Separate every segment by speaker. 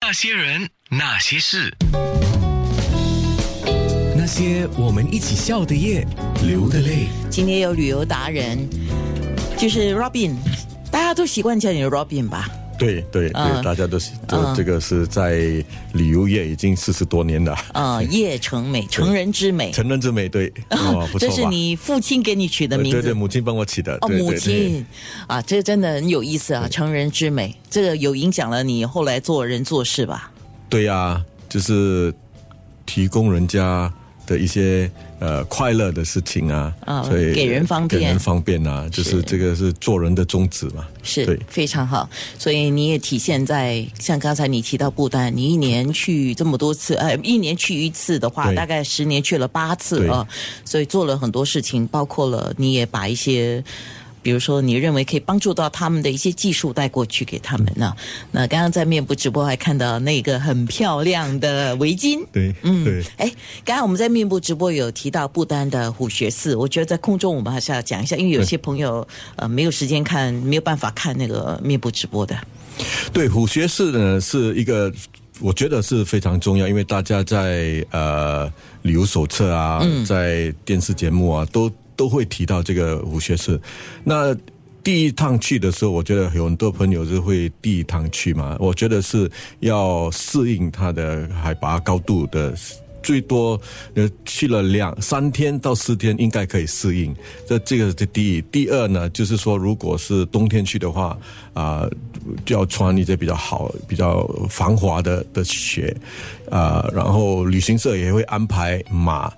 Speaker 1: 那些人，那些事，
Speaker 2: 那些我们一起笑的夜，流的泪。
Speaker 3: 今天有旅游达人，就是 Robin，大家都习惯叫你 Robin 吧？
Speaker 4: 对对对，
Speaker 3: 嗯
Speaker 4: 大家都是这、
Speaker 3: 嗯
Speaker 4: 这个是在旅游业已经四十多年了，
Speaker 3: 呃，叶成美，成人之美，啊
Speaker 4: 成人之美，对，哦，不错
Speaker 3: 这
Speaker 4: 吧？
Speaker 3: 是你父亲给你取的
Speaker 4: 呃
Speaker 3: 名
Speaker 4: 对对，
Speaker 3: 字。
Speaker 4: 母亲帮我起的，
Speaker 3: 哦，
Speaker 4: 对
Speaker 3: 母
Speaker 4: 对对
Speaker 3: 亲啊，这真的很有意思啊！成人之美，这个有影响了你后来做人做事吧？
Speaker 4: 对呀、就是提供人家的一些呃快乐的事情啊，
Speaker 3: 啊
Speaker 4: 所以
Speaker 3: 给人方便
Speaker 4: 给人方便啊，就是
Speaker 3: 是
Speaker 4: 这个是做人的宗旨嘛，
Speaker 3: 是
Speaker 4: 对。
Speaker 3: 非常好，所以你也体现在像刚才你提到不丹，你一年去这么多次，呃，一年去一次的话，
Speaker 4: 对
Speaker 3: 大概十年去了八次
Speaker 4: 对
Speaker 3: 啊、所以做了很多事情，包括了你也把一些。比如说，你认为可以帮助到他们的一些技术带过去给他们呢、那刚刚在面部直播还看到那个很漂亮的围巾，
Speaker 4: 对，嗯，对，
Speaker 3: 哎，刚才我们在面部直播有提到不丹的虎穴寺，我觉得在空中我们还是要讲一下，因为有些朋友呃没有时间看，没有办法看那个面部直播的。
Speaker 4: 对，虎穴寺呢是一个，我觉得是非常重要，因为大家在呃旅游手册啊，在电视节目啊，都都会提到这个虎穴寺。那第一趟去的时候，我觉得有很多朋友就会第一趟去嘛，我觉得是要适应它的海拔高度的。最多呃去了两三天到四天，应该可以适应。这这个是第一，第二呢，就是说，如果是冬天去的话，啊、就要穿一些比较好、比较防滑的的鞋，啊、然后旅行社也会安排马。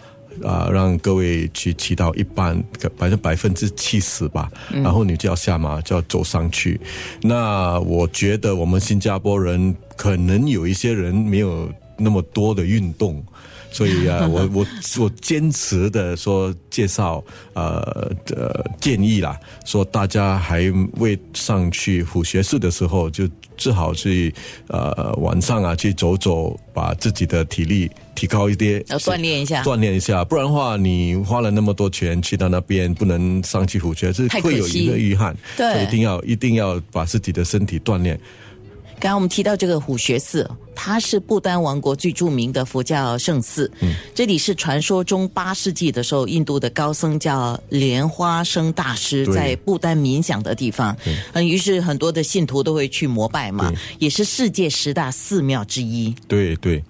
Speaker 4: 啊、让各位去骑到一半，百分百分之七十吧，然后你就要下马，就要走上去。那我觉得我们新加坡人可能有一些人没有那么多的运动，所 以啊，我我我坚持的说介绍呃呃建议啦，说大家还未上去虎穴寺的时候，就最好去呃晚上啊去走走，把自己的体力提高一点，
Speaker 3: 要哦锻炼一下
Speaker 4: 锻炼一下，不然的话你花了那么多钱去到那边，不能上去虎穴，这
Speaker 3: 太可
Speaker 4: 会有
Speaker 3: 惜
Speaker 4: 一个遗憾，
Speaker 3: 对
Speaker 4: 所以一定要一定要把自己的身体锻炼。
Speaker 3: 刚刚我们提到这个虎穴寺，它是不丹王国最著名的佛教圣寺。嗯，这里是传说中八世纪的时候，印度的高僧叫莲花生大师
Speaker 4: 对
Speaker 3: 在不丹冥想的地方。嗯，于是很多的信徒都会去膜拜嘛，也是世界十大寺庙之一。
Speaker 4: 对对，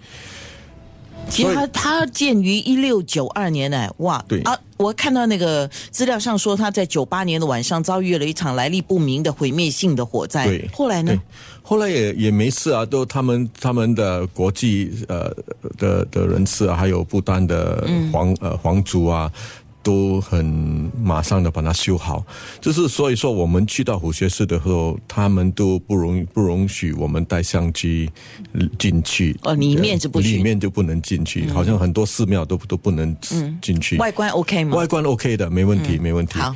Speaker 3: 其实它它建于一六九二年哎，哇，
Speaker 4: 对
Speaker 3: 啊，我看到那个资料上说，他在九八年的晚上遭遇了一场来历不明的毁灭性的火灾。
Speaker 4: 对，
Speaker 3: 哎后来呢
Speaker 4: 对？后来也也没事啊，都他们他们的国际呃的的人士啊，还有不丹的
Speaker 3: 嗯
Speaker 4: 皇、呃皇族啊。都很马上的把它修好，就是所以说我们去到虎穴寺的时候，他们都不容不容许我们带相机进去。
Speaker 3: 哦里面是不许嗯
Speaker 4: 里面就不能进去，好像很多寺庙都都不能进去。
Speaker 3: 外观 OK 吗？嗯
Speaker 4: 外观 OK 的，没问题，没问题。
Speaker 3: 好。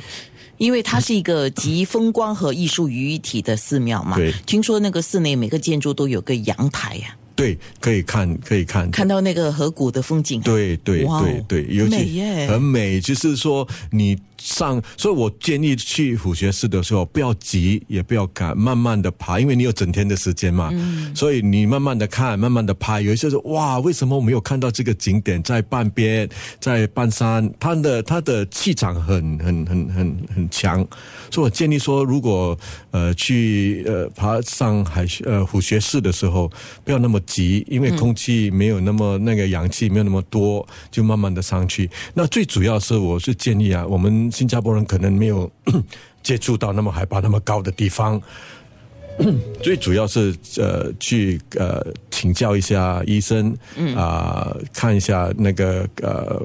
Speaker 3: 因为它是一个集风光和艺术于一体的寺庙嘛
Speaker 4: 对，
Speaker 3: 听说那个寺内每个建筑都有个阳台呀、
Speaker 4: 对，可以看，可以看。
Speaker 3: 看到那个河谷的风景啊、
Speaker 4: 对对
Speaker 3: 哇哦
Speaker 4: 对对，尤
Speaker 3: 美
Speaker 4: 其
Speaker 3: 耶
Speaker 4: 很美，就是说你上，所以我建议去虎穴寺的时候不要急，也不要赶，慢慢的爬，因为你有整天的时间嘛，
Speaker 3: 嗯
Speaker 4: 所以你慢慢的看，慢慢的拍。有一些说哇，为什么我没有看到这个景点在半边，在半山？它的它的气场很很很很很强，所以我建议说，如果呃去呃爬上海呃虎穴寺的时候，不要那么急，因为空气没有那么那个氧气没有那么多，就慢慢的上去。那最主要是我是建议啊，我们新加坡人可能没有 接触到那么海拔那么高的地方。 最主要是呃去呃请教一下医生，啊、看一下那个呃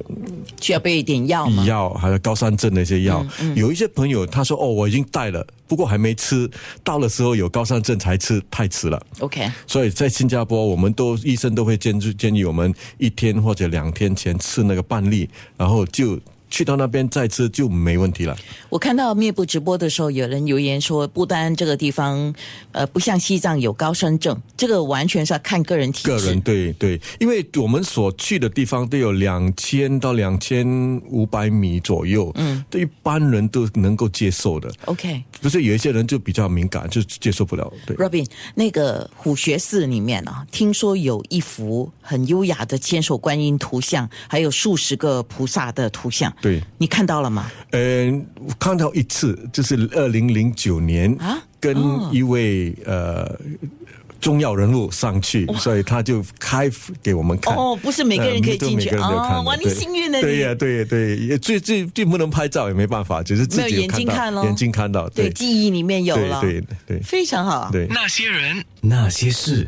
Speaker 3: 需要备一点药嘛。
Speaker 4: 药，还有高山症的一些药。有一些朋友他说哦，我已经带了，不过还没吃，到的时候有高山症才吃，太迟了。
Speaker 3: OK，
Speaker 4: 所以在新加坡，我们都医生都会建议建议我们一天或者两天前吃那个半粒，然后就去到那边再吃就没问题了。
Speaker 3: 我看到面部直播的时候，有人留言说，不丹这个地方，呃，不像西藏有高山症，这个完全是要看个人体质。
Speaker 4: 个人对对，因为我们所去的地方都有两千到两千五百米左右，嗯，对一般人都能够接受的。
Speaker 3: OK。
Speaker 4: 不是有一些人就比较敏感，就接受不了。对，
Speaker 3: Robin，那个虎穴寺里面啊，听说有一幅很优雅的千手观音图像，还有数十个菩萨的图像。
Speaker 4: 对
Speaker 3: 你看到了吗？
Speaker 4: 嗯，我看到一次，就是二零零九年
Speaker 3: 啊
Speaker 4: 跟一位、呃重要人物上去，所以他就开给我们看。
Speaker 3: 哦，不是每个人可以进去哦
Speaker 4: 呃每个人都有看的
Speaker 3: 哇，你
Speaker 4: 对
Speaker 3: 幸运了，
Speaker 4: 对
Speaker 3: 你
Speaker 4: 呀、对呀、对，也最最最不能拍照也没办法，只是自
Speaker 3: 没
Speaker 4: 己
Speaker 3: 有
Speaker 4: 有
Speaker 3: 眼
Speaker 4: 看
Speaker 3: 睛
Speaker 4: 到
Speaker 3: 看咯
Speaker 4: 眼睛看到，对
Speaker 3: 对，记忆里面有了，
Speaker 4: 对对对
Speaker 3: 非常好。
Speaker 4: 对。
Speaker 1: 那些人。
Speaker 2: 那些事。